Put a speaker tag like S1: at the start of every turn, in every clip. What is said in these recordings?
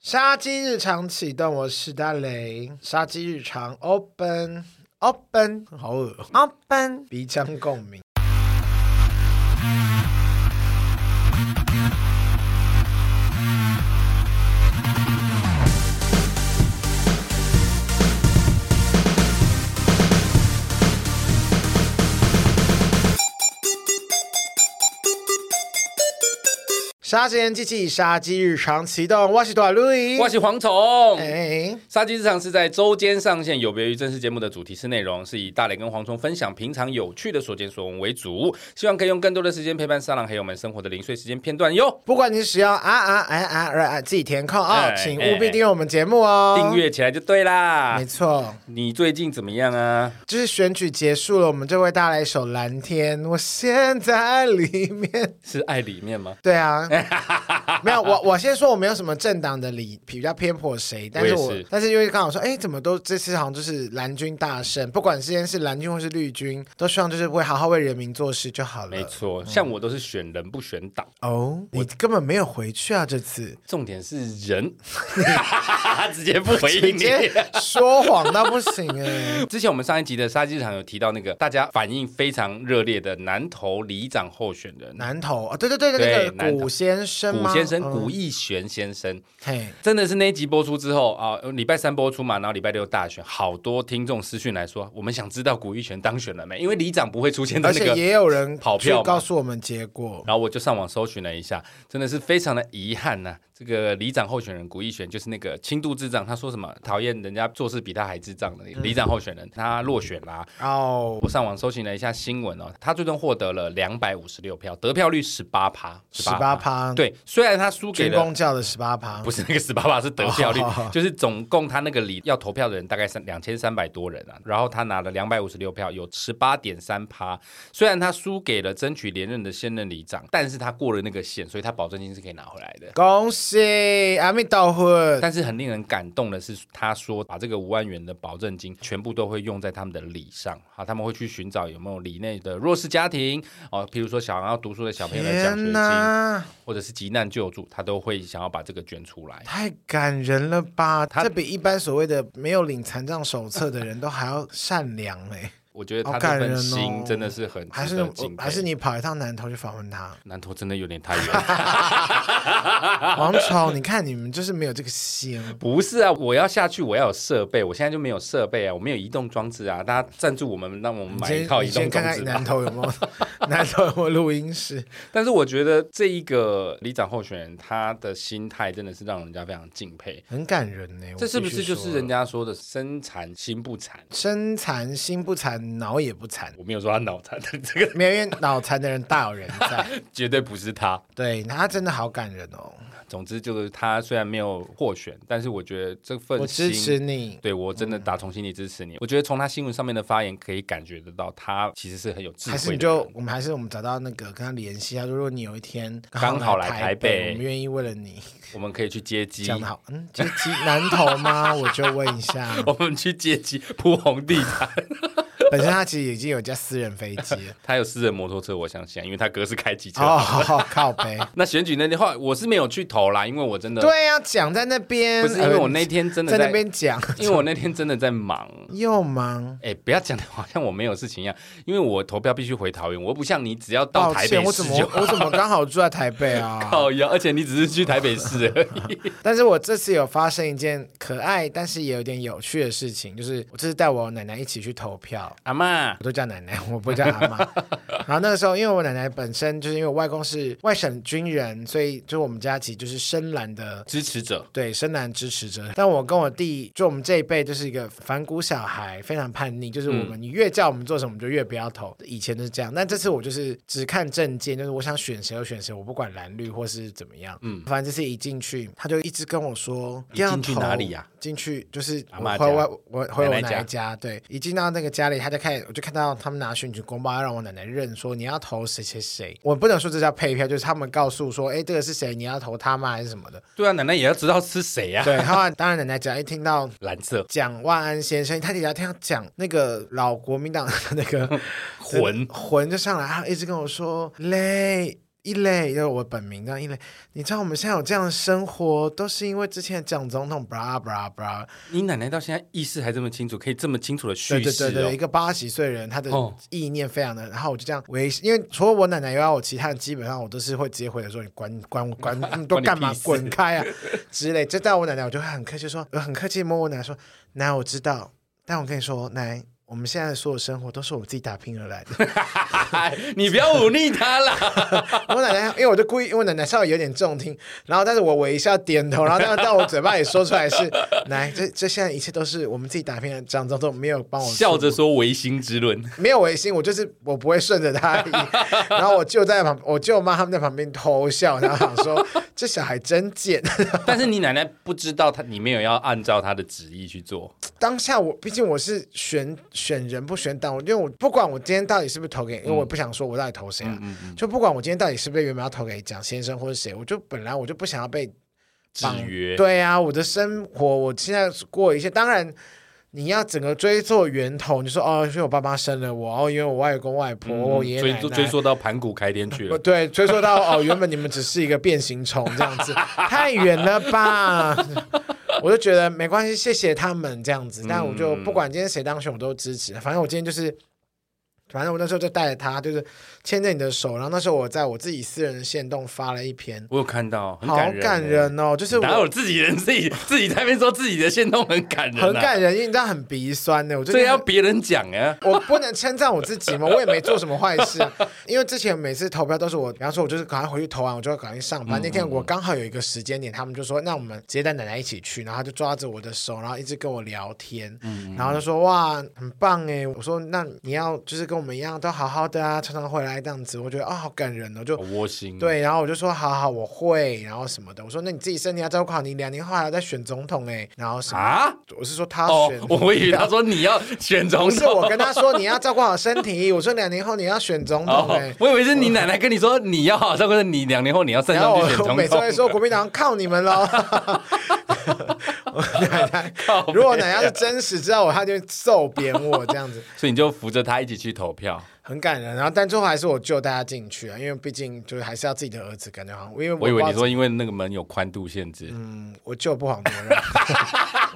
S1: 杀鸡日常启动，我是大雷。杀鸡日常 open open，好恶 open，鼻腔共鸣。杀时间机器，杀鸡日常启动，我是短路易。
S2: 我是蝗虫。
S1: 哎，
S2: 杀鸡日常是在周间上线，有别于正式节目的主题式内容，是以大磊跟蝗虫分享平常有趣的所见所闻为主，希望可以用更多的时间陪伴沙朗还有我们生活的零碎时间片段哟。
S1: 不管你使用啊啊啊啊啊啊自己填空哦，
S2: 哎
S1: 请
S2: 哎
S1: 务必订阅我们节目哦。
S2: 订，阅啊起来就对啦
S1: 没。错，
S2: 你最近怎么样啊？
S1: 就是选举结束了，我们就会带来一首《蓝天》，我现在里面。
S2: 是爱里面吗？
S1: 对 啊，没有我，我先说我没有什么政党的理比较偏颇谁，但是我
S2: 我也是
S1: 但是因为刚好说，哎，怎么都这次好像就是蓝军大胜，不管之前是蓝军或是绿军，都希望就是会好好为人民做事就好
S2: 没
S1: 了。
S2: 错，像我都是选人不选党，
S1: 哦，你根本没有回去啊，这次
S2: 重点是 人，直接不回应
S1: 直
S2: 你。
S1: 接说谎到不行哎、
S2: 之前我们上一集的杀鸡场有提到那个大家反应非常热烈的南投里长候选人
S1: 南投啊，对对对
S2: 对
S1: 对，那
S2: 南
S1: 个
S2: 投
S1: 古先生吗？
S2: 古先生
S1: 嗯
S2: 古义璇先生，
S1: 嘿，
S2: 真的是那一集播出之后啊，呃礼拜三播出嘛，然后礼拜六大选，好多听众私讯来说，我们想知道古义璇当选了没？因为里长不会出现在
S1: 而
S2: 那
S1: 且
S2: 个。
S1: 也有人
S2: 跑
S1: 去
S2: 票嘛
S1: 告诉我们结果。
S2: 然后我就上网搜寻了一下，真的是非常的遗憾呐、这个里长候选人古义璇就是那个轻度智障，他说什么讨厌人家做事比他还智障的那个里
S1: 嗯
S2: 长候选人，他落选啦、
S1: 哦，
S2: 我上网搜寻了一下新闻哦，他最终获得了两百五十六票，得票率十八趴，
S1: 十八。趴，，
S2: 对，虽然他输给
S1: 军
S2: 了
S1: 工教的十八趴，
S2: 不是那个十八趴，是得票率
S1: 哦好好，
S2: 就是总共他那个里要投票的人大概三两千三百多人啊，然后他拿了两百五十六票，有十八点三趴。虽然他输给了争取连任的现任里长，但是他过了那个线，所以他保证金是可以拿回来的。
S1: 恭喜阿弥陀佛，
S2: 但是很令人感动的是，他说把这个五万元的保证金全部都会用在他们的礼上，好，他们会去寻找有没有里内的弱势家庭哦，譬如说想要读书的小朋友的奖学
S1: 天
S2: 金，
S1: 哪，
S2: 或者是急难救助，他都会想要把这个捐出来。
S1: 太感人了吧！
S2: 他
S1: 这比一般所谓的没有领残障手册的人都还要善良 哎、
S2: 我觉得
S1: 好
S2: 他
S1: 感
S2: 这
S1: 人
S2: 份
S1: 哦
S2: 心真的是很
S1: 还
S2: 值
S1: 是
S2: 得
S1: 我
S2: 敬佩。
S1: 还是你跑一趟南头去访问他，
S2: 南投真的有点太远，啊
S1: 王朝，你看你们就是没有这个心。
S2: 不是啊？我要下去，我要有设备，我现在就没有设备啊，我没有移动装置啊。大家赞助我们，让我们
S1: 你
S2: 买一
S1: 先
S2: 套移
S1: 你先看
S2: 动装
S1: 看
S2: 置吧。
S1: 南头有没有 南头有没有录音室？
S2: 但是我觉得这一个里长候选人，他的心态真的是让人家非常敬佩。
S1: 很感人呢、我
S2: 这是不
S1: 必须
S2: 是就是
S1: 说
S2: 人家说的身残心不残？
S1: 身残心不残，脑也不残？
S2: 我没有说他脑残， 这个
S1: 没有，因为脑残的人大有人 在。
S2: 绝对不是他。
S1: 对，他真的好感人哦，
S2: 总之就是他虽然没有获选，但是我觉得这份
S1: 我
S2: 心
S1: 支持你。
S2: 对我
S1: 嗯
S2: 真的打从心里支持你。我觉得从他新闻上面的发言可以感觉得到，他其实是很有智
S1: 还是
S2: 慧
S1: 你
S2: 的
S1: 就
S2: 人。
S1: 我们还是我们找到那个跟他联系，他说如果你有一天
S2: 刚好来
S1: 台
S2: 台北
S1: 我们愿意为了你
S2: 我们可以去接机，
S1: 讲的好，嗯，这鸡南投吗？我就问一 下，
S2: 我们去接机铺红地毯。
S1: 本身他其实已经有一架私人飞机了
S2: 他有私人摩托车，我相信啊，因为他哥是开机车。
S1: 哦，好好靠 背，
S2: 那选举那天话，我是没有去投啦，因为我真的
S1: 对呀，讲在那边，
S2: 不是因为我那
S1: 呃
S2: 天真的
S1: 在
S2: 在
S1: 那，边讲
S2: 因为我那天真的在忙。
S1: 又忙，
S2: 哎、不要讲的好像我没有事情一样，因为我投票必须回桃园，我不像你，只要到
S1: 抱
S2: 台
S1: 歉，
S2: 北
S1: 我
S2: 市
S1: 怎么
S2: 就
S1: 我怎么刚好住在台北啊？
S2: 靠腰，而且你只是去台北市而已。
S1: 但是我这次有发生一件可爱但是也有点有趣的事情，就是我这次带我奶奶一起去投票，
S2: 阿妈
S1: 我，都叫奶奶， 我不会叫阿妈。 然后那个时候，因为我奶奶本身就是因为我外公是外省军人，所以就我们家其实就是深蓝的。
S2: 支持者，
S1: 对，深蓝支持者。但我跟我弟，就我们这一辈，就是一个反骨小孩，非常叛逆。就是我
S2: 嗯
S1: 们，你越叫我们做什么，我们就越不要投。以前就是这样，但这次我就是只看证件，就是我想选谁就选谁，我不管蓝绿或是怎么样。嗯，反正这次一进去，他就一直跟我说，
S2: 你进去哪里
S1: 呀？
S2: 呀、
S1: 进去就是
S2: 阿
S1: 我
S2: 嬷
S1: 回
S2: 家
S1: 我我回我奶
S2: 奶
S1: 奶
S2: 奶家
S1: 家，对，一进到那个家里，他就看我就看到他们拿选举公报要让我奶奶认，说你要投谁谁谁，我不能说这叫配票，就是他们告诉说，哎，这个是谁，你要投他吗还是什么的，
S2: 对啊，奶奶也要知道是谁呀、啊。
S1: 对，后来当然奶奶只要一听到
S2: 蓝色
S1: 蒋万安先生，他底下听到讲那个老国民党的那个
S2: 魂
S1: 魂就上来，他一直跟我说累。一类，就是我本名这样一类。你知道我们现在有这样的生活，都是因为之前的蒋总统 bra bra bra，
S2: 你奶奶到现在意识还这么清楚，可以这么清楚的
S1: 对
S2: 叙
S1: 对
S2: 事
S1: 对对，一
S2: 哦。
S1: 个八十岁人，他的
S2: 哦
S1: 意念非常的，然后我就这样维，因为除了我奶奶以外，我其他人基本上我都是会直接回来说你管 管管你都
S2: 关你
S1: 干嘛
S2: 屁事
S1: 滚开啊之类。这到我奶奶，我就会很客气说，我很客气地摸我奶奶说，奶我知道，但我跟你说，奶。我们现在的所有生活都是我自己打拼而来的。
S2: 哎你不要忤逆他啦！
S1: 我奶奶，因为我就故意，因为我奶奶稍微有点重听，然后但是我微笑点头，然后但但我嘴巴也说出来是，奶，这这现在一切都是我们自己打拼的，张总统没有帮我
S2: 笑
S1: 出
S2: 着说唯心之 论，
S1: 没有违心，我就是我不会顺着他 意。然后我舅在旁，我舅妈他们在旁边偷笑，然后想 说这小孩真贱。
S2: 但是你奶奶不知道她你没有要按照她的旨意去做，
S1: 当下我毕竟我是选选人不选党，我因为我不管我今天到底是不是投给，因为我
S2: 嗯
S1: 不想说我到底投谁啊，就不管我今天到底是不是原本要投给蒋先生或者谁，我就本来我就不想要被
S2: 制
S1: 绑
S2: 约。
S1: 对啊，我的生活我现在过一些，当然你要整个追溯源头，你说哦，因为我爸妈生了我，哦，因为我外公外婆、我爷爷
S2: 嗯追
S1: 奶
S2: 溯
S1: 奶，
S2: 追溯到盘古开天去
S1: 不
S2: 了。
S1: 对，追溯到哦，原本你们只是一个变形虫这样子，太远了吧？我就觉得没关系，谢谢他们这样子。但我
S2: 嗯
S1: 就不管今天谁当选，我都支持。反正我今天就是，反正我那时候就带着他，就是牵着你的手。然后那时候我在我自己私人的线动发了一篇，
S2: 我有看到，很
S1: 好
S2: 感人，欸
S1: 感。人哦，就是
S2: 哪有
S1: 我
S2: 自己人自己自己在那边说自己的线都很感人、啊，
S1: 很感人，因为你知道很鼻酸欸的，我就
S2: 这
S1: 觉得
S2: 要别人讲啊。
S1: 我不能称赞我自己吗？我也没做什么坏事啊，因为之前每次投票都是我，比方说我就是赶快回去投完，我就要赶快上
S2: 嗯
S1: 班。那天我刚好有一个时间点，他们就说那我们直接带奶奶一起去，然后他就抓着我的手，然后一直跟我聊天，
S2: 嗯
S1: 然后就说哇很棒哎，我说那你要就是跟我们一样都好好的啊，常常回来这样子，我觉得啊、好感人哦，就
S2: 好窝心，，
S1: 对，然后我就说好好，我会，然后什么的。我说那你自己身体要照顾好，你两年后还要再选总统哎、然后什么？
S2: 啊，
S1: 我是说他
S2: 哦
S1: 选，啊
S2: 我以为他说你要选总
S1: 不是
S2: 统，
S1: 我跟他说你要照顾好身体，我说两年后你要选总 统哎、
S2: 哦，我以为是你奶奶跟你说你要好上，或者你两年后你要站
S1: 然
S2: 上
S1: 后
S2: 去选
S1: 我我
S2: 总
S1: 每次会
S2: 统。
S1: 说国民党靠你们喽。我奶奶，如果奶奶是真实知道我，她就会揍扁我这样子，
S2: 所以你就扶着他一起去投票，
S1: 很感人。然后但最后还是我救大家进去啊，因为毕竟就是还是要自己的儿子，感觉好像因为我
S2: 我以为你
S1: 不知道
S2: 说因为那个门有宽度限制，
S1: 嗯我救不好别人，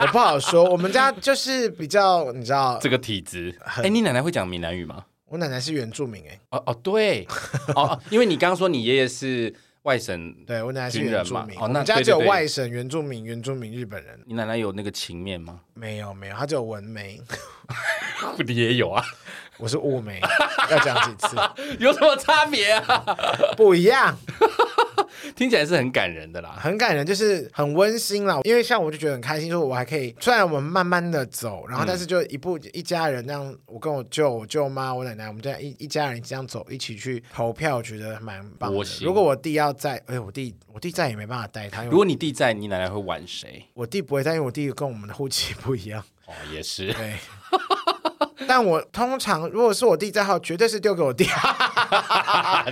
S1: 我不好说。我们家就是比较你知道，
S2: 这个体质。哎，你奶奶会讲闽南语吗？
S1: 我奶奶是原住民哎、
S2: 哦哦，对，哦， 因为你刚刚说你爷爷是外省，
S1: 对我奶奶是
S2: 军
S1: 原
S2: 人
S1: 住
S2: 嘛
S1: 民，
S2: 哦
S1: 我
S2: 那
S1: 们家
S2: 对
S1: 只有
S2: 对对
S1: 外省原住民、原住民日本人。
S2: 你奶奶有那个情面吗？
S1: 没有没有，他只有纹眉，
S2: 你也有啊，
S1: 我是雾眉， 要讲几次？
S2: 有什么差别啊？
S1: 不一样，
S2: 听起来是很感人的啦。
S1: 很感人，就是很温馨啦。因为像我就觉得很开心，说我还可以，虽然我们慢慢的走，
S2: 嗯
S1: 然后但是就一步一家人这样，我跟我舅、我舅妈、我奶奶，我们这样一一家人这样走，一起去投票，我觉得蛮棒
S2: 窝
S1: 的。
S2: 心
S1: 如果我弟要在，哎，我弟我弟再也没办法带他，因
S2: 如
S1: 为
S2: 果你弟在，你奶奶会玩谁？
S1: 我弟不会带，因为我弟跟我们的户籍不一样。
S2: 哦，也是。
S1: 对。 但我通常如果是我弟在号，绝对是丢给我弟，
S2: 啊
S1: 啊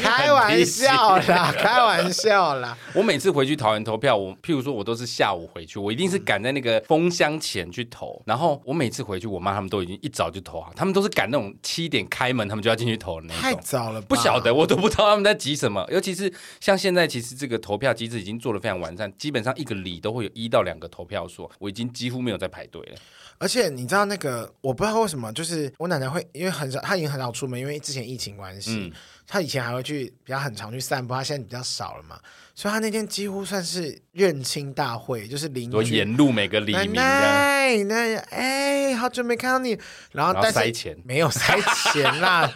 S1: 开玩 笑啦，开玩笑啦。
S2: 我每次回去桃园投票，我譬如说我都是下午回去，我一定
S1: 嗯
S2: 是赶在那个封箱前去投。然后我每次回去，我妈他们都已经一早就投好，他们都是赶那种七点开门，他们就要进去投的那
S1: 太
S2: 种。
S1: 早了吧，
S2: 不晓得，我都不知道他们在急什么。尤其是像现在，其实这个投票机制已经做得非常完善，基本上一个里都会有一到两个投票所，我已经几乎没有在排队了。
S1: 而且你知道那个，我不知道为什么，就是我奶奶会，因为很少，她已经很少出门，因为之前疫情关
S2: 嗯
S1: 系，她以前还会去比较很常去散步，她现在比较少了嘛，所以她那天几乎算是认亲大会，就是邻
S2: 说
S1: 居。
S2: 沿路每个里
S1: 奶
S2: 民这样，
S1: 奶，奶奶，哎，好久没看到你，然后
S2: 然后
S1: 但是
S2: 塞钱
S1: 没有塞钱 啦。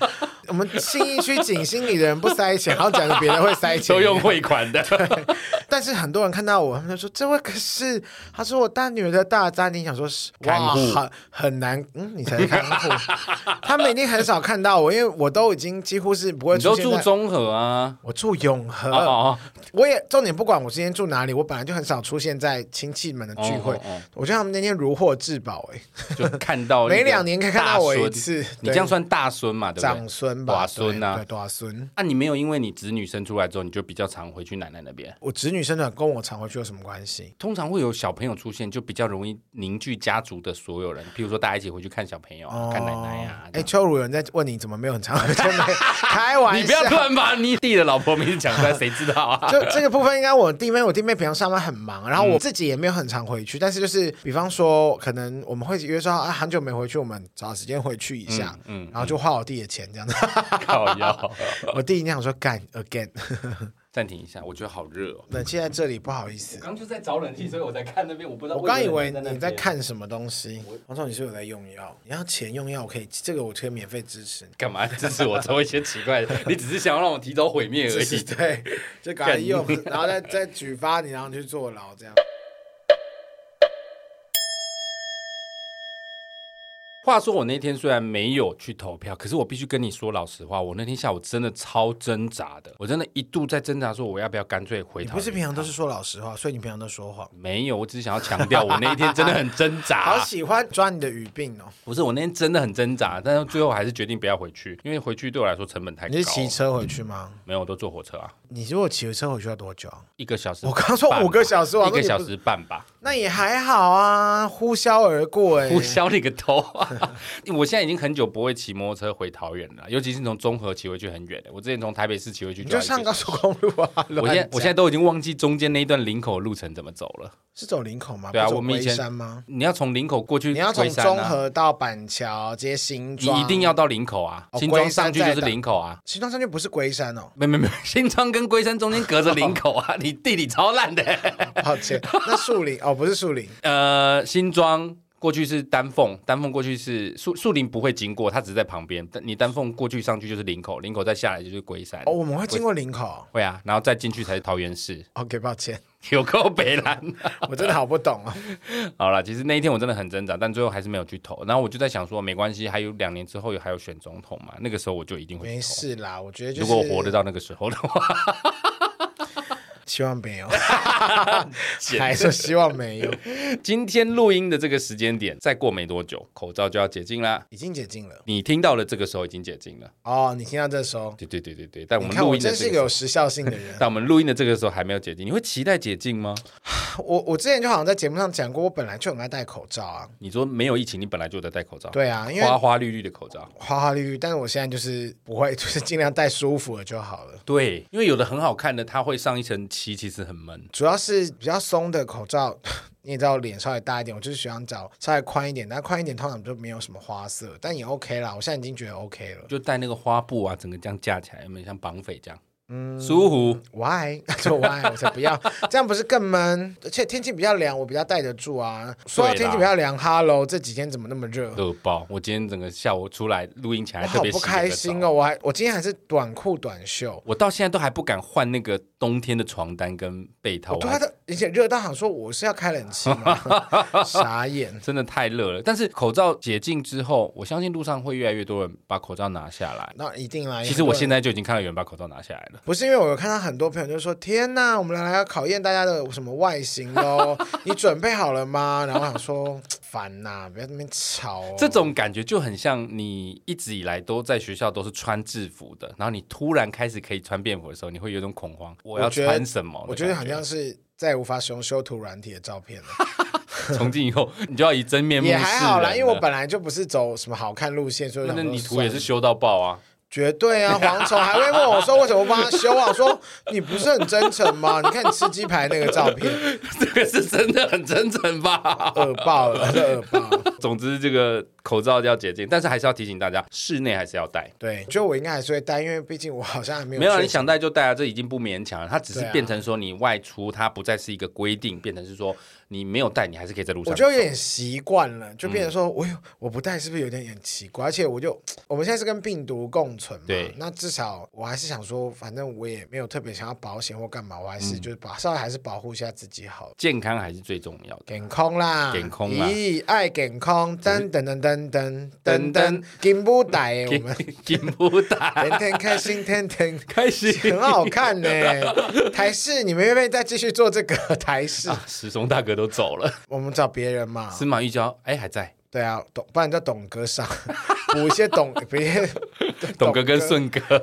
S1: 我们信义区景星里的人不塞钱，然后讲的别人会塞钱，
S2: 都用汇款 的。
S1: 但是很多人看到我，他们就说这位可是，他说我大女儿的大灾，你想说是
S2: 看
S1: 哇，
S2: 护
S1: 很很难，嗯，你才是看护， 他们一定很少看到我，因为我都已经几乎是不会
S2: 你都
S1: 出现
S2: 住
S1: 在呃
S2: 综合啊？
S1: 我住永和，
S2: 哦哦，
S1: 我也重点不管我今天住哪里，我本来就很少出现在亲戚们的聚会，
S2: 哦哦哦
S1: 我觉得他们那天如获至宝、哎，
S2: 哦就看到那个
S1: 每两年可以看到我一
S2: 大孙
S1: 次
S2: 你这样算大孙嘛？对不对？
S1: 长孙孙吧，
S2: 大孙啊
S1: 对，对大孙。
S2: 啊，你没有因为你侄女生出来之后，你就比较常回去奶奶那边。
S1: 我侄女生的跟我常回去有什么关系？
S2: 通常会有小朋友出现，就比较容易凝聚家族的所有人。譬如说，大家一起回去看小朋友、啊看奶奶呀、啊。
S1: 哎，
S2: 哎，
S1: 秋如有人在问你怎么没有很常回去？ 开玩笑，
S2: 你不要突然把你弟的老婆名字讲 出来，谁知道啊？
S1: 就这个部分，应该我弟妹，我弟妹平常上班很忙，然后我自己也没有很常回去，但是就是比方说，可能我们会约说啊，很久没回去，我们找时间回去一下，
S2: 嗯
S1: 然后就花我弟的钱这样子。
S2: 靠腰，
S1: 我弟一定想说干 again，
S2: 暂停一下，我觉得好热哦。
S1: 冷气在这里不好意思
S2: 我，刚就在找冷气，所以我在看那边，我不知道。
S1: 我刚以为你在，看什么东西，王总你是不是有在用药，你要钱用药，我可以这个我可以免费支持你。
S2: 干嘛支持我做一些奇怪的？你只是想要让我提早毁灭而
S1: 支持
S2: 已。
S1: 对，就赶快
S2: 干
S1: 用，然后再再举发你，然后你去坐牢这样。
S2: 话说我那天虽然没有去投票，可是我必须跟你说老实话，我那天下午真的超挣扎的，我真的一度在挣扎，说我要不要干脆回
S1: 你
S2: 桃园啊
S1: 不是平常都是说老实话，所以你平常都说谎。
S2: 没有，我只是想要强调，我那一天真的很挣
S1: 好
S2: 扎。
S1: 喜欢抓你的语病哦！
S2: 不是，我那天真的很挣扎，但是最后还是决定不要回去，因为回去对我来说成本太高。
S1: 你是骑车回去吗？
S2: 没有，我都坐火车啊，
S1: 你如果骑车回去要多久啊？
S2: 一个小时
S1: 我
S2: 半吧。
S1: 刚说五个小时，我
S2: 一
S1: 说
S2: 个
S1: 你
S2: 小
S1: 不是，
S2: 时半吧。
S1: 那也还好啊，呼啸而过哎、
S2: 我削你个头、 啊！我现在已经很久不会骑摩托车回桃园了，尤其是从中和骑回去很远的。我之前从台北市骑回去
S1: 你
S2: 就要
S1: 就
S2: 一个
S1: 上
S2: 小
S1: 高
S2: 时
S1: 速公路啊！
S2: 我现在
S1: 乱讲
S2: 我现在都已经忘记中间那一段林口路程怎么走了。
S1: 是走林口吗？
S2: 对啊
S1: 不是
S2: 我们以前
S1: 龟山吗？
S2: 你要从林口过去
S1: 你要
S2: 龟
S1: 从
S2: 山啊，
S1: 中和到板桥接新
S2: 你
S1: 庄，
S2: 一定要到林口啊，
S1: 哦
S2: 新
S1: 龟
S2: 庄
S1: 山
S2: 上去
S1: 再
S2: 就是
S1: 到
S2: 林口啊。，
S1: 新庄上去不是龟山哦
S2: 没没 没，新庄跟龟山中间隔着林 口啊，你地理超烂
S1: 哦
S2: 的。
S1: 抱歉， 那树林哦不是树林，
S2: 呃，新庄过去是丹凤，丹凤过去是树树林不会经过，它只是在旁边。但你丹凤过去上去就是林口，林口再下来就是龟山。
S1: 哦我们会经过林口。
S2: 会啊，然后再进去才是桃园市，
S1: OK，抱歉，
S2: 有够北蓝。
S1: 我真的好不懂哦。
S2: 好了，其实那一天我真的很挣扎，但最后还是没有去投。然后我就在想说，没关系，还有两年之后还有选总统嘛，那个时候我就一定会去
S1: 没
S2: 投。
S1: 事啦，我觉得就是
S2: 如果我活得到那个时候的话，
S1: 希望 没有，还说希望没有，
S2: 今天录音的这个时间点，再过没多久，口罩就要解禁啦。
S1: 已经解禁了
S2: 你听到了，这个时候已经解禁了。
S1: 哦。你听到这时候，
S2: 对对对对对，但我
S1: 你
S2: 们
S1: 看
S2: 录
S1: 我
S2: 音的
S1: 真是个
S2: 这个时
S1: 有
S2: 候，
S1: 时效性的 人。
S2: 但我们录音的这个时候还没有解禁，你会期待解禁吗？
S1: 我我之前就好像在节目上讲过，我本来就很爱戴口罩啊。
S2: 你说没有疫情，你本来就有在戴口罩，
S1: 对啊，因为
S2: 花花绿绿的口罩。
S1: 花花绿绿，但是我现在就是不会， 就是尽量戴舒服的就好了。
S2: 对，因为有的很好看的，它会上一层漆，其实很闷。
S1: 主要是比较松的口罩，你也知道我脸稍微大一点，我就是喜欢找稍微宽一点，但宽一点通常就没有什么花色，但也 OK 啦。我现在已经觉得 OK 了。
S2: 就戴那个花布啊，整个这样架起来，有没有像绑匪这样？
S1: 嗯
S2: 舒服。
S1: Why？就 Why？我才不要，这样不是更闷？而且天气比较凉，我比较戴得住啊。说到
S2: 对啦
S1: 天气比较凉，Hello，这几天怎么那么热？
S2: 热爆！我今天整个下午出来录音前
S1: 我
S2: 还特
S1: 好
S2: 别
S1: 不开心
S2: 哦。
S1: 哦！我还我今天还是短裤短袖，
S2: 我到现在都还不敢换那个冬天的床单跟被套，
S1: 我
S2: 我
S1: 对
S2: 还
S1: 他的，而且热到想说我是要开冷气 吗？傻眼。
S2: 真的太热了。但是口罩解禁之后，我相信路上会越来越多人把口罩拿下来。
S1: 那一定啦。
S2: 其实我现
S1: 在
S2: 在就已经看到有人把口罩拿下来了。
S1: 不是因为我有看到很多朋友就说：“天呐，我们来要考验大家的什么外形喽？你准备好了吗？”然后我想说烦呐、不要在那边吵、哦。
S2: 这种感觉就很像你一直以来都在学校都是穿制服的，然后你突然开始可以穿便服的时候，你会有一种恐慌，我要
S1: 觉得
S2: 穿什么的感？
S1: 我觉得好像是再也无法使用修图软体的照片了，哦
S2: 从今以后你就要以真面目
S1: 也
S2: 示
S1: 还好啦，
S2: 人
S1: 因为我
S2: 了
S1: 本来就不是走什么好看路线，所以我
S2: 那
S1: 想
S2: 那
S1: 说
S2: 你图
S1: 算
S2: 也
S1: 了
S2: 是修到爆 啊！
S1: 绝对 啊，蝗虫还会问我说为什么帮他修啊？我说你不是很真诚 吗？你看你吃鸡排那个照片，
S2: 这个是真的很真诚吧？
S1: 恶爆了，真的恶爆了。
S2: 总之，这个口罩要解禁，但是还是要提醒大家，室内还是要戴。
S1: 对，就我应该还是会戴，因为毕竟我好像还没有
S2: 没有啊，
S1: 确
S2: 你想戴就戴啊，这已经不勉强了。它只是
S1: 对啊
S2: 变成说你外出，它不再是一个规定，变成是说你没有戴，你还是可以在路上
S1: 我
S2: 走。
S1: 就有点习惯了，就
S2: 嗯
S1: 变成说，我有我不戴是不是有点很奇怪？而且我就我们现在是跟病毒共存嘛
S2: 对，
S1: 那至少我还是想说，反正我也没有特别想要保险或干嘛，我还是
S2: 嗯
S1: 就是把、稍微还是保护一下自己好了。
S2: 健康还是最重要的。
S1: 健康啦，
S2: 健康啦
S1: 咦，爱健康，噔噔噔噔噔
S2: 噔
S1: 噔
S2: 噔
S1: 噔，金不带耶，我 们
S2: 进不打，
S1: 天天开心，天天
S2: 开 心。
S1: 很好看呢。台式，你们愿不愿意再继续做这个台式？
S2: 时钟大哥都走了，
S1: 我们找别人嘛，
S2: 司马玉娇哎还在，
S1: 对啊，董，不然叫董哥上，补一些董，别
S2: 董哥跟顺哥，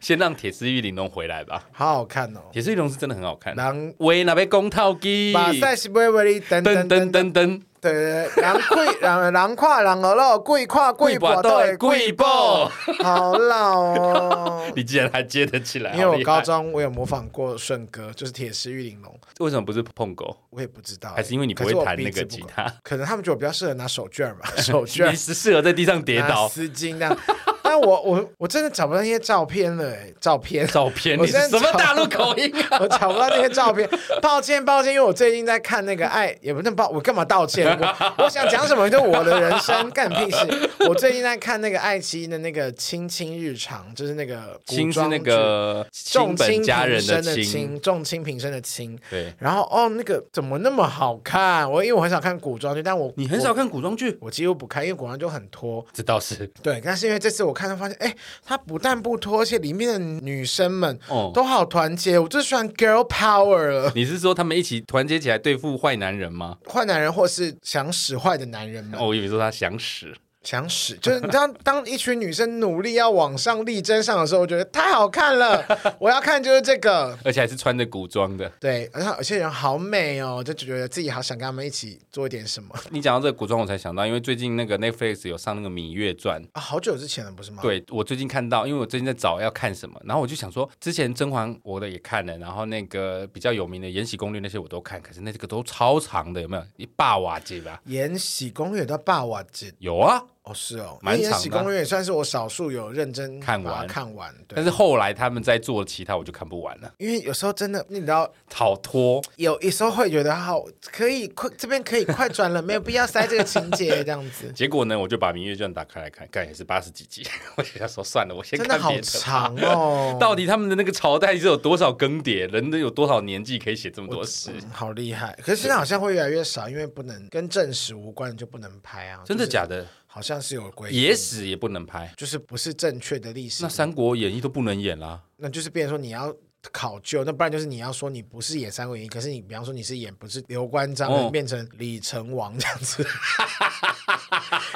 S2: 先让铁丝玉玲珑回来吧。
S1: 好好看哦。
S2: 铁丝玉玲珑是真的很好看。
S1: 人
S2: 喂，那边公套机，
S1: 马赛是不会为你等
S2: 噔
S1: 等
S2: 噔
S1: 等等，
S2: 噔噔，
S1: 对对对，人贵人人跨人而老，贵跨贵
S2: 贵
S1: 博
S2: 跋
S1: 都
S2: 倒
S1: 会
S2: 的贵
S1: 贵
S2: 报。
S1: 博，好老哦
S2: 你竟然还接得起来，
S1: 因为
S2: 好
S1: 我
S2: 厉害
S1: 高中我有模仿过顺哥，就是铁石玉玲珑，
S2: 为什么不是碰狗？
S1: 我也不知道欸，
S2: 还是因为你不
S1: 可
S2: 会
S1: 我
S2: 弹
S1: 鼻
S2: 那个
S1: 子不
S2: 吉
S1: 够
S2: 他，
S1: 可能他们觉得我比较适合拿手绢儿吧，手绢
S2: 你
S1: 儿
S2: 是适合在地上跌
S1: 拿
S2: 倒。
S1: 丝巾那样。但我我我真的找不到那些照片了欸，照 片
S2: 照片，
S1: 我
S2: 你是
S1: 真
S2: 什
S1: 的
S2: 么
S1: 找
S2: 大陆口 音啊？
S1: 我找不到那些照片，抱歉抱歉，因为我最近在看那个爱，也不能抱，我干嘛道歉？我我想讲什么就我的人 生干屁事。我最近在看那个爱奇艺的那个《亲亲日常》，就是那个古
S2: 亲是
S1: 装
S2: 那
S1: 剧
S2: 个
S1: 重
S2: 亲
S1: 亲
S2: 本家
S1: 平
S2: 人
S1: 生的
S2: 亲，
S1: 亲，重亲平生的亲。
S2: 对。
S1: 然后哦，那个怎么那么好看？我因为我很少看古装剧，但我
S2: 你很少
S1: 我，
S2: 看古装剧，
S1: 我几乎不看，因为古装就很拖。
S2: 这倒是
S1: 对，但是因为这次我看到发现，哎，它不但不拖，而且里面的女生们
S2: 哦。
S1: 都好团结，我最喜欢 girl power 了。
S2: 你是说他们一起团结起来对付坏男人吗？
S1: 坏男人或是想使坏的男人们，
S2: 哦，我以为说他想死。
S1: 想使就是你知道，当 一群女生努力要往上力争上的时候，我觉得太好看 了，我要看就是这个。
S2: 而且还是穿着古装的。
S1: 对，而且有些人好美哦，就觉得自己好想跟他们一起做一点什么
S2: 你讲到这个古装，我才想到，因为最近那个 Netflix 有上那个《芈月传》，
S1: 啊！好久之前了，不是吗？，
S2: 对我最近看到，因为我最近在找要看什么，然后我就想说，之前甄嬛我的也看了，然后那个比较有名的《延禧攻略》那些我都看，可是那个都超长的，有没有？一霸啊瓦姐吧？
S1: 《延禧攻略》到霸王节
S2: 有啊，
S1: 哦，是哦，因
S2: 蛮
S1: 为延
S2: 长
S1: 禧
S2: 的啊
S1: 攻略》也算是我少数有认真
S2: 看
S1: 把它
S2: 完
S1: 看完，对。
S2: 但是后来他们在做其他，我就看不完了，
S1: 因为有时候真的，你知道，
S2: 好拖。，
S1: 有有时候会觉得好，可以快这边可以快转了，没有必要塞这个情节这样子
S2: 结果呢，我就把《芈月传》打开来看，看也是八十几集， 我就想说算了，我 先
S1: 真
S2: 看
S1: 的好
S2: 别的吧
S1: 长哦，
S2: 到底他们的那个朝代是有多少更迭？人都有多少年纪可以写这么多诗？
S1: 嗯好厉害。可是现在好像会越来越少，因为不能跟正史无关的就不能拍啊，
S2: 真的
S1: 就是
S2: 假的？
S1: 好像是有规定，
S2: 野史也不能拍，
S1: 就是不是正确的历史
S2: 那《三国演义》都不能演啦。
S1: 那就是变成说你要考究，那不然就是你要说你不是演《三国演义》，可是你比方说你是演不是刘关张，
S2: 哦
S1: 变成李成王这样子，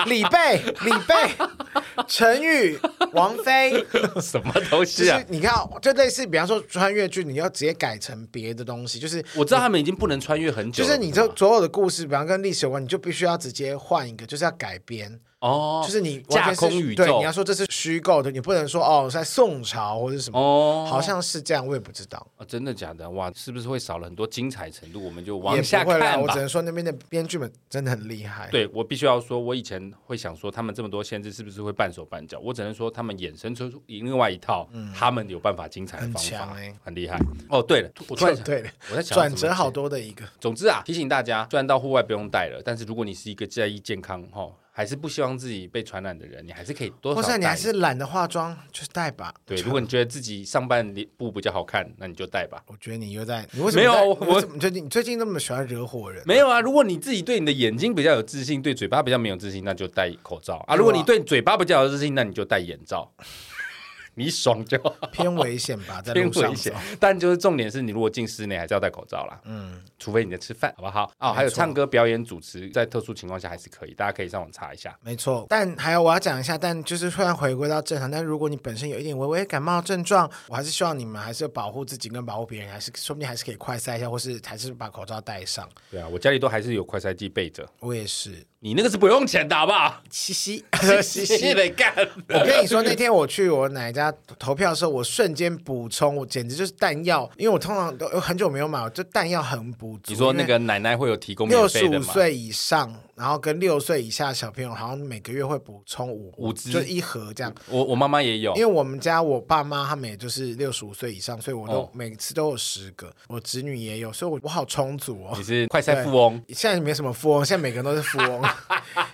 S1: 李贝、李贝、陈宇、王 菲，
S2: 什么东
S1: 就
S2: 西啊
S1: 是？你看，哦就类似比方说穿越剧，你要直接改成别的东西，就是。
S2: 我知道他们已经不能穿越很久
S1: 就
S2: 了，
S1: 是你这所有的故事，比方跟历史有关，你就必须要直接换一个，就是要改编，
S2: 哦，
S1: 就是你完
S2: 架
S1: 全是
S2: 空宇
S1: 对，
S2: 宙
S1: 你要说这是虚构的，你不能说哦是在宋朝或者什么，
S2: 哦，
S1: 好像是这样，我也不知道。
S2: 哦真的假的？哇，是不是会少了很多精彩程度？我们就
S1: 也
S2: 往
S1: 不
S2: 下
S1: 会啦
S2: 看
S1: 我
S2: 吧
S1: 只。能说那边的编剧们真的很厉害。，
S2: 对我必须要说，我以前会想说他们这么多限制是不是会半手半脚？我只能说他们衍生出另外一套，他们有办法精彩
S1: 嗯
S2: 的
S1: 很
S2: 方
S1: 强
S2: 法，
S1: 欸
S2: 很厉害。哦，对了，我突然
S1: 就
S2: 想，
S1: 对了，
S2: 我在想
S1: 转
S2: 怎么
S1: 折好
S2: 接
S1: 多的一个。
S2: 总之啊，提醒大家，虽然到户外不用戴了，但是如果你是一个在意健康哈、吼还是不希望自己被传染的人，你还是可以多
S1: 或
S2: 少
S1: 者
S2: 戴。
S1: 你还是懒得化妆，就是带吧。
S2: 对， 如果你觉得自己上半部比较好看，那你就戴吧。
S1: 我觉得你又在，你为什么
S2: 没有
S1: 在
S2: 我
S1: 你为什么你最近你最近那么喜欢惹火人？
S2: 没有啊，如果你自己对你的眼睛比较有自信，对嘴巴比较没有自信，那就戴口罩啊。如果你对嘴巴比较有自信，那你就戴眼罩。 你爽就 好，
S1: 偏危险 吧，在
S2: 偏
S1: 路上
S2: 危险
S1: 走。。
S2: 但就是重点是你如果进室内还是要戴口罩啦，嗯，除非你在吃饭，好不好？哦，还有
S1: 没错
S2: 唱歌、表演、主持，在特殊情况下还是可以，大家可以上网查一下。
S1: 没错，但还有我要讲一下，但就是突然回归到正常。但如果你本身有一点微微感冒症状，我还是希望你们还是要保护自己跟保护别人，还是说不定还是可以快塞一下，或是还是把口罩戴上。
S2: 对啊，我家里都还是有快筛剂备着。
S1: 我也是，
S2: 你那个是不用钱的，好不 好？
S1: 嘻嘻 嘻
S2: 你
S1: 嘻。
S2: 得 干。
S1: 我跟你说，那天我去我奶奶家投票的时候，我瞬间补充，我简直就是弹药，因为我通常都有很久没有买，我就弹药很补足。
S2: 你说那
S1: 因为
S2: 个奶奶会有提供
S1: 六
S2: 免
S1: 十
S2: 费的
S1: 五
S2: 吗？
S1: 岁以上，然后跟六岁以下的小朋友，好像每个月会补充五
S2: 五支哦
S1: 就一盒这样。
S2: 我我妈妈也有
S1: 因为，我们家我爸妈他们也就是六十五岁以上，所以我都
S2: 哦
S1: 每次都有十个，我侄女也有，所以我我好充足哦
S2: 你。是快筛富翁，
S1: 现在没什么富翁，现在每个人都是富 翁。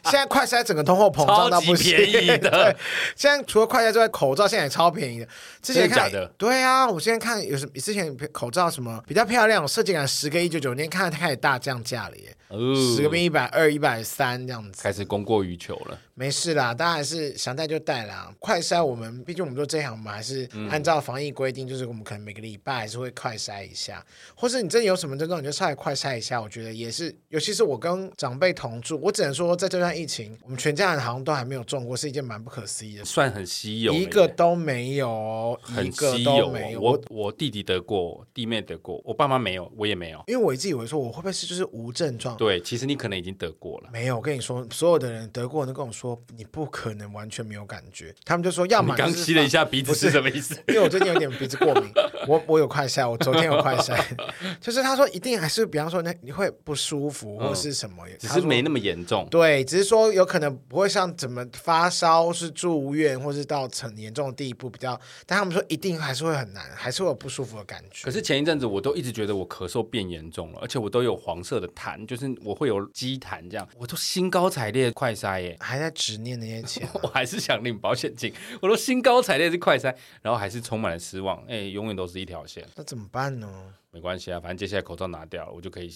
S1: 现在快筛整个通货膨胀
S2: 超
S1: 到
S2: 级
S1: 不行，
S2: 便宜的。
S1: 现在除了快筛之外，口罩现在也超便宜的。之前看
S2: 真的假的
S1: 对啊，我现在看有什之前口罩什么比较漂亮，有设计感十个一九九，那天看它开始大降价了耶，
S2: 哦
S1: 十、个变一百二、一百三这样子。
S2: 开始供过于求了。
S1: 没事啦，大家还是想带就带啦。快筛我们毕竟我们做这行嘛，还是
S2: 嗯
S1: 按照防疫规定，就是我们可能每个礼拜还是会快筛一下，或是你真的有什么症状，你就上来快筛一下。我觉得也是，尤其是我跟长辈同住，我只能说在这段疫情，我们全家人好像都还没有中过，是一件蛮不可思议的事，
S2: 算很稀有，
S1: 一个都没有哦，一
S2: 很
S1: 个
S2: 稀
S1: 都
S2: 有
S1: 没
S2: 哦。
S1: 有。
S2: 我我弟弟得过，弟妹得过，我爸妈没有，我也没有。
S1: 因为我一直以为说我会不会是就是无症状，
S2: 对，其实你可能已经得过了。
S1: 没有，我跟你说，所有的人德国人都跟我说，你不可能完全没有感觉。他们就说，要
S2: 你
S1: 么
S2: 刚
S1: 就是
S2: 吸了一下鼻子
S1: 不是
S2: 是什么意 思？
S1: 因为我最近有点鼻子过敏，我我有快筛，我昨天有快筛， 就是他说一定还是，比方说那你会不舒服或是什么，
S2: 嗯只
S1: 他
S2: 是
S1: 说
S2: 没那么严重。
S1: 对，只是说有可能不会像怎么发烧是住院或是到很严重的地步比较，但他们说一定还是会很难，还是会有不舒服的感觉
S2: 可。是前一阵子我都一直觉得我咳嗽变严重了，而且我都有黄色的痰，就是我会有积痰这样，我都兴高采烈快塞耶。
S1: 还在执念那些钱，
S2: 我还是想领保险金，我都兴高采烈是快塞，然后还是充满了失望。哎、永远都是一条线，
S1: 那怎么办呢？
S2: 没关系啊，反正接下来口罩拿掉了，我就可以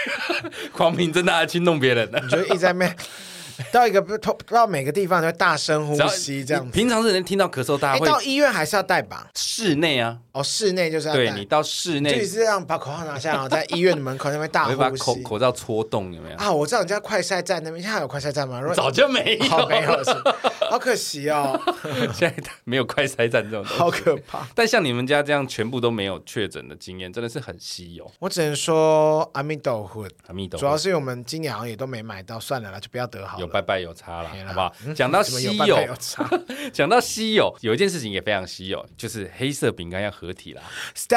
S2: 光明正大的去弄别人了。
S1: 你就一直在面到一个不到每个地方都会大深呼
S2: 只要
S1: 吸这样
S2: 你
S1: 子。
S2: 平常是能听到咳嗽，大
S1: 哎，
S2: 家会
S1: 到医院还是要戴吧？
S2: 室内啊，
S1: 哦，室内就是要
S2: 对
S1: 戴
S2: 你，到室
S1: 就
S2: 内
S1: 是这样把口罩拿下，然后在医院的门口那边大
S2: 我会把
S1: 呼
S2: 口
S1: 吸。
S2: 口罩戳洞，有没有？
S1: 啊，我知道你在快筛站那边，现在还有快筛站吗？如果
S2: 早就没有，
S1: 好没有是，好可惜哦，
S2: 现在没有快筛站这种东西。
S1: 好可怕。
S2: 但像你们家这样全部都没有确诊的经验，真的是很稀有。
S1: 我只能说阿弥陀佛，
S2: 阿弥陀
S1: 主要
S2: 佛，
S1: 是因为我们今年好像也都没买到，算了啦，就不要得好
S2: 有
S1: 了。
S2: 拜拜有差啦
S1: 没，啦嗯
S2: 好不好？讲到
S1: 怎么
S2: 稀
S1: 办
S2: 有
S1: 法，有差
S2: 讲到稀有，有一件事情也非常稀有，就是黑色饼干要合体啦。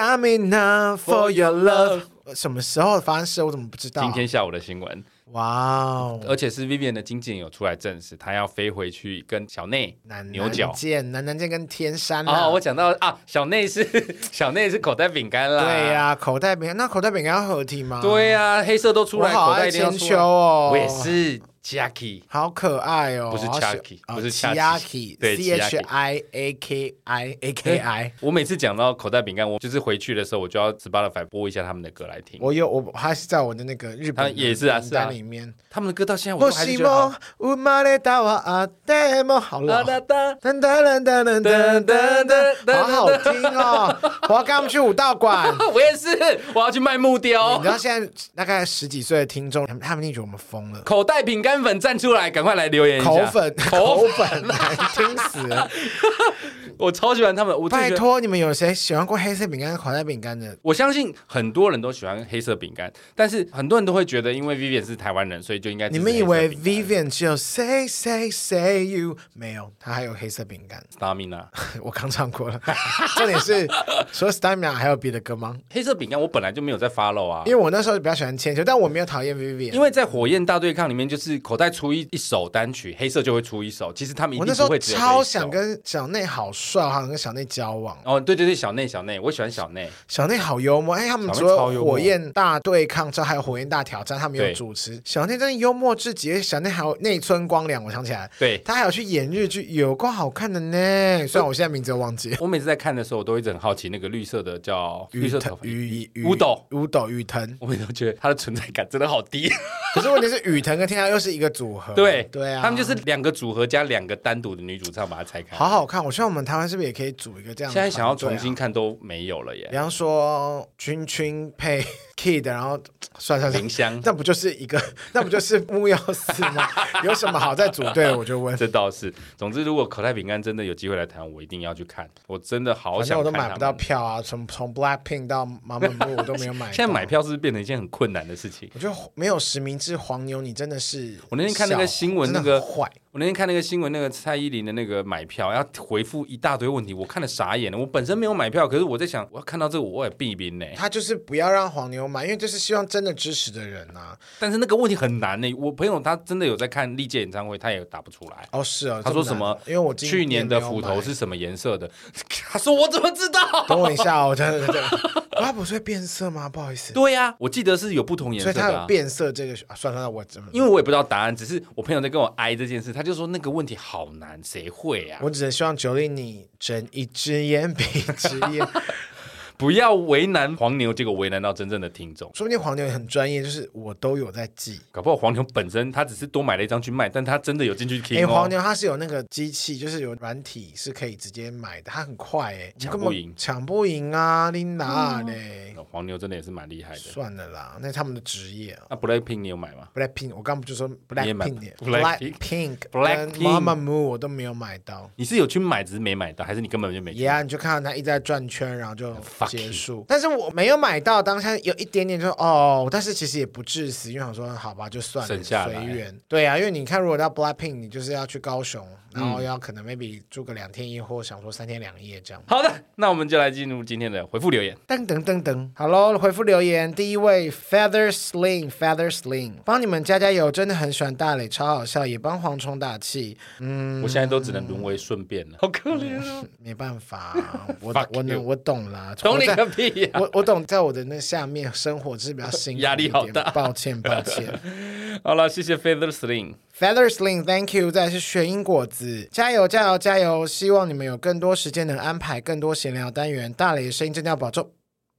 S1: ，Stamina for your love，什么时候发生事？我怎么不知道啊？
S2: 今天呃下午的新闻，
S1: 哇哦，
S2: 而且是 Vivian 的经纪人有出来证实，他要飞回去跟小内
S1: 南
S2: 牛角
S1: 南。剑，南南剑跟天山啊
S2: 哦，，我讲到啊，小内是小内是口袋饼干啦。
S1: 对呀，口袋饼干，那口袋饼干要合体吗？
S2: 对呀、黑色都出
S1: 我
S2: 来，
S1: 好
S2: 口袋
S1: 爱
S2: 一定要
S1: 千
S2: 出
S1: 秋
S2: 来。
S1: 哦，
S2: 我也，是 Jackie。
S1: 好可爱哦，
S2: 不是
S1: 好喜
S2: Chucky，
S1: 哦
S2: 不是
S1: Chiaki，
S2: Chucky，对
S1: C H I A K I A K I。
S2: 我每次讲到口袋饼干，我就是回去的时候，我就要 Spotify 播一下他们的歌来听。
S1: 我有我，还是在我的那个日
S2: 他
S1: 本
S2: 也是啊
S1: 名
S2: 是啊
S1: 单里面。
S2: 他们的歌到现在我都还是觉得好。
S1: も生まれたわあでも啊好了。
S2: 哒哒
S1: 噔噔噔噔噔噔噔，好好听 哦！我要跟他们去武道馆。
S2: 哒啊我也是，我要去卖木
S1: 你
S2: 雕
S1: 知。道现在大概十几岁的听众，他们他们一定觉得我们疯了，
S2: 口袋饼干粉站出来，赶快来留言一下。
S1: 口粉
S2: 口
S1: 口粉难听死 了。
S2: 我超喜欢他们，我最
S1: 拜
S2: 喜欢
S1: 托，你们有谁喜欢过黑色饼干、口袋饼干的？
S2: 我相信很多人都喜欢黑色饼干，但是很多人都会觉得，因为 Vivian 是台湾人，所以就应该支
S1: 你
S2: 持
S1: 们以为
S2: 黑色饼干
S1: Vivian 只有 Say Say Say You 没有？他还有黑色饼干，
S2: Stamina
S1: 我刚唱过了。 重点是，除了 Stamina 还有别的歌吗？
S2: 黑色饼干，我本来就没有在 follow 啊
S1: 因。为我那时候比较喜欢千秋，但我没有讨厌 Vivian。
S2: 因为在火焰大对抗里面，就是口袋出一一首单曲，黑色就会出一首。其实他们一
S1: 我
S2: 定
S1: 那时
S2: 不
S1: 候
S2: 会只有
S1: 超
S2: 这一首
S1: 想跟小内好帅，我好想跟小内交往。
S2: 哦，对对对，小内小内，我喜欢小内。
S1: 小内好幽默，哎，他们
S2: 小内
S1: 除了
S2: 超幽默
S1: 火焰大对抗之后，还有火焰大挑战，他们有
S2: 对
S1: 主持。小内真的幽默至极，小内还有内村光良，我想起来，
S2: 对
S1: 他还有去演日剧，有够好看的呢。
S2: 呃
S1: 虽然我现在名字都忘记了，
S2: 我每次在看的时候，我都一直很好奇那个绿色的叫绿
S1: 雨
S2: 色
S1: 藤
S2: 头发，
S1: 雨雨
S2: 乌斗
S1: 乌斗雨藤，
S2: 我每次都觉得它的存在感真的好低。
S1: 可是问题是雨藤跟天下又是一个组合，
S2: 对
S1: 对啊，
S2: 他们就是两个组合加两个单独的女主唱把它拆开。
S1: 好好看。我希望我们台湾是不是也可以组一个这样的团队啊？
S2: 现在想要重新看都没有了
S1: 比
S2: 耶。
S1: 方说君君配 Kid，然后算 算算
S2: 林，香，
S1: 那不就是一个，那不就是木曜四 吗？有什么好在组队？我就问，
S2: 这倒是。总之，如果口袋饼干真的有机会来台湾，我一定要去看。我真的好
S1: 反
S2: 想
S1: 正我都
S2: 看
S1: 买
S2: 他
S1: 不到
S2: 们。
S1: 票啊，从从 Blackpink 到马本木我都没有买。
S2: 现在买，票是不是变成一件很困难的事情？
S1: 我觉得没有实名制黄牛，你真的是
S2: 我那天看那个
S1: 笑
S2: 新闻
S1: 真的
S2: 那个
S1: 很坏，
S2: 我那天看那个新闻，那个蔡依林的那个买票要回复一大堆问题，我看了傻眼了。我本身没有买票，可是我在想，我要看到这个我也避避呢。
S1: 他就是不要让黄牛买，因为就是希望真的支持的人啊。
S2: 但是那个问题很难呢。我朋友他真的有在看历届演唱会，他也答不出来。
S1: 哦，是哦，
S2: 他说
S1: 这
S2: 什
S1: 难
S2: 么
S1: 哦？因为我今
S2: 去年的
S1: 没有
S2: 斧
S1: 买
S2: 头是什么颜色的？ 他说我怎么知道？
S1: 等我一下 哦，真的真的，它啊不是会变色吗？不好意思，
S2: 对呀、我记得是有不同颜
S1: 所
S2: 色
S1: 以它
S2: 的、啊
S1: 有。变色这个，啊、算了算了，我怎么？
S2: 因为我也不知道答案，只是我朋友在跟我哀这件事，他就说那个问题好难，谁会啊？
S1: 我只能希望九令你睁一只眼闭一只眼，
S2: 不要为难黄牛，结果为难到真正的听众。
S1: 说不定黄牛也很专业，就是我都有在记。
S2: 搞不好黄牛本身他只是多买了一张去卖，但他真的有进去
S1: 哎、
S2: 听、哦。
S1: 黄牛它是有那个机器，就是有软体是可以直接买的，它很快哎、你
S2: 抢
S1: 根
S2: 不
S1: 本
S2: 赢
S1: 抢不赢啊！你哪嘞？
S2: 哦黄牛真的也是蛮厉害的。
S1: 算了啦，那是他们的职业啊。
S2: 那 Blackpink 你有买吗？
S1: Blackpink，我刚不就说
S2: 也买
S1: Blackpink
S2: Blackpink
S1: Blackpink 跟
S2: Blackpink
S1: Mama Moo 我都没有买到。
S2: 你是有去买，只是没买到，还是你根本就没去？
S1: Yeah，你就看到他一直在转圈，然后就
S2: Fuck
S1: 结束。但是我没有买到，当下有一点点就哦，但是其实也不致死，因为想说好吧，就算了，
S2: 省下
S1: 随
S2: 来
S1: 缘。对啊，因为你看，如果到 Blackpink，你就是要去高雄，然后要可能 maybe 住个两天一夜，或想说三天两夜这样。
S2: 好的，那我们就来进入今天的回复留言。
S1: 噔噔噔噔，好喽，回复留言，第一位 Feather Sling Feather Sling，帮你们加加油，真的很喜欢大磊，超好笑，也帮蝗虫打气。嗯，
S2: 我现在都只能沦为顺便了，好可怜哦。
S1: 没办法， 我
S2: Fuck
S1: 我能
S2: you
S1: 我懂啦，
S2: 懂你
S1: 我在
S2: 个屁呀、
S1: 我我懂，在我的那下面生活是比较辛苦一点，
S2: 压力好大
S1: 抱歉抱歉。
S2: 好了，谢谢 Feather Sling。
S1: Feather Sling，Thank you，再来是雪樱果子，加油加油加油！希望你们有更多时间能安排更多闲聊单元。大磊的声音真的要保重。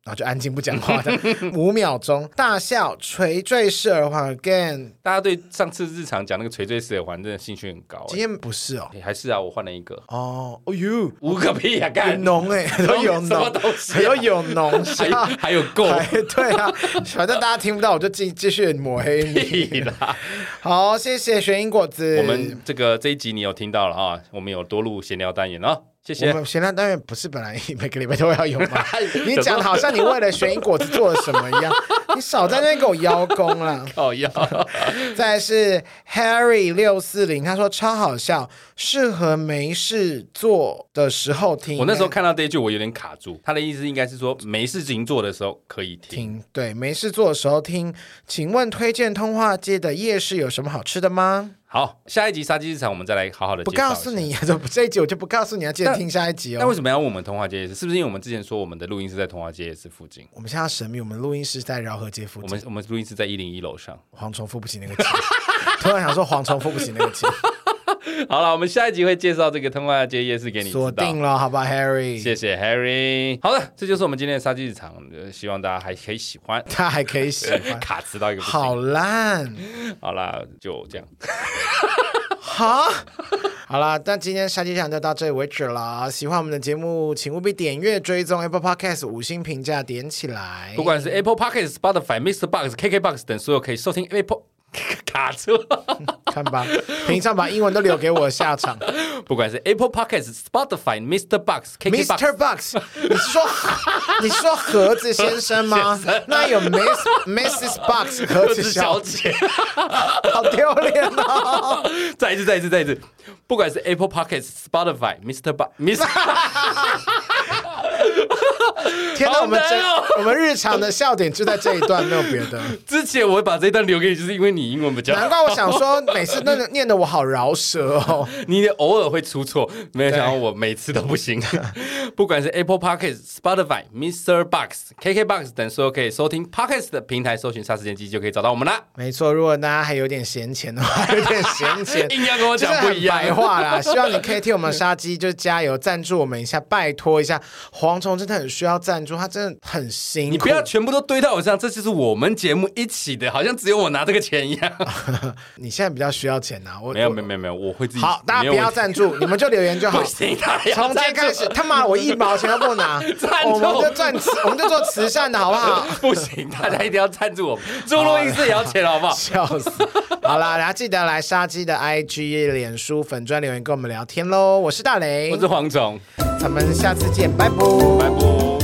S1: 然后就安静不讲 话的五秒钟，大笑垂坠式耳环 again。
S2: 大家对上次日常讲那个垂坠式耳环真的兴趣很高、
S1: 今
S2: 哎
S1: 天不是哦，
S2: 哎还是啊，我换了一个，
S1: 哦，哦呦，
S2: 五个屁呀、
S1: 有
S2: 干！
S1: 脓哎、都有
S2: 什么
S1: 脓
S2: 东，西啊
S1: 还 有有脓，
S2: 还
S1: 笑
S2: 还有够
S1: 哎对啊，反正大家听不到，我就继继续抹黑
S2: 屁
S1: 你。
S2: 啦！
S1: 好，谢谢玄英果子。
S2: 我们这个这一集你有听到了啊？我们有多录闲聊单元啊，谢
S1: 我
S2: 谢。哎
S1: 们闲聊单元不是本来每个礼拜都要有 吗？你讲的好像你为了玄英果子做了什么一样，你少在那边给我邀功了。
S2: 哦 要，
S1: 再来是 Harry 六四零，他说超好笑，适合没事做的时候听。
S2: 我那时候看到这一句，我有点卡住。他的意思应该是说，没事情做的时候可以听。
S1: 听，对，没事做的时候听。请问推荐通化街的夜市有什么好吃的吗？
S2: 好，下一集杀鸡市场，我们再来好好的
S1: 不告诉你，哦这一集我 就不告诉你，啊要记得听下一集
S2: 那为
S1: 哦。
S2: 什么要问我们通化街夜市？是不是因为我们之前说我们的录音是在通化街夜市附近？
S1: 我们现在要神秘，我们录音室在饶河街附
S2: 我
S1: 近
S2: 们。我们录音是在一零一楼上。
S1: 蝗虫付不起那个钱，突然想说蝗虫付不起那个钱。
S2: 好了，我们下一集会介绍这个通化街夜市 给你
S1: 锁
S2: 知道
S1: 定。了，好吧，Harry。
S2: 谢谢 Harry。好了，这就是我们今天的杀鸡日常，呃希望大家还可以喜欢。
S1: 他还可以喜 欢，
S2: 卡词到一个不行。
S1: 好 烂
S2: 好啦，就这样。
S1: 哈。好啦，那今天杀鸡场就到这里为止啦。喜欢我们的节目，请务必点阅、追踪 Apple Podcast 五星评价点起来
S2: 不。管是 Apple Podcast、Spotify、Mr. Box、KK Box 等所有可以收听 Apple 卡 车，
S1: 看吧，平常把英文都留给我下场。
S2: 不管是 Apple Podcast、Spotify、Mr. Box、KK Box。
S1: Mr. Box，你是说你是说盒子先生吗？那有 Miss Mrs. Box 盒
S2: 鸽
S1: 子
S2: 子
S1: 小
S2: 小
S1: 姐，
S2: 姐，
S1: 好丢脸哦。
S2: 再一次，再一次，再一次，不管是 Apple Podcast、Spotify、Mr. Box、Mr.
S1: 天哪，
S2: 好
S1: 我们真
S2: 难哦
S1: 我们日常的笑点就在这一段，没有别 的。
S2: 之前我会把这一段留给你，就是因为你英文比较
S1: 难怪我想说，每次都念得我好饶舌哦。
S2: 你偶尔会出错，没有想到我每次都不行。 不管是 Apple Podcast、Spotify、Mr. Box、KK Box 等所有可以收听 Podcast 的平台，搜寻“杀时间机”就可以找到我们啦。。
S1: 没错，如果大家还有点闲钱的话，有点闲钱
S2: 硬要跟我
S1: 就是
S2: 讲不
S1: 很
S2: 一样，
S1: 白话 啦，希望你可以替我们杀鸡，就是加油赞助我们一下，拜托一下。蝗虫真的很需要赞助，他真的很辛苦。
S2: 你不要全部都堆到我身上，这就是我们节目一起的，好像只有我拿这个钱一 样。
S1: 你现在比较需要钱呐、啊。我
S2: 没有
S1: 我
S2: 没有没有没有，我会自己。
S1: 好，大家不要
S2: 再
S1: 赞 助，你们就留言就好
S2: 不。行，他要
S1: 从今天开始，他妈我一毛钱都不拿，
S2: 赞助
S1: 我们就赚慈，我们就做慈善的好不 好？
S2: 不行，大家一定要赞助我们，做录音室也要钱，好不好？
S1: 笑死！好啦，然后记得来杀鸡的 IG、脸书粉专留言跟我们聊天喽。我是大雷
S2: 我，是蝗虫，
S1: 咱们下次见，拜拜
S2: 拜拜。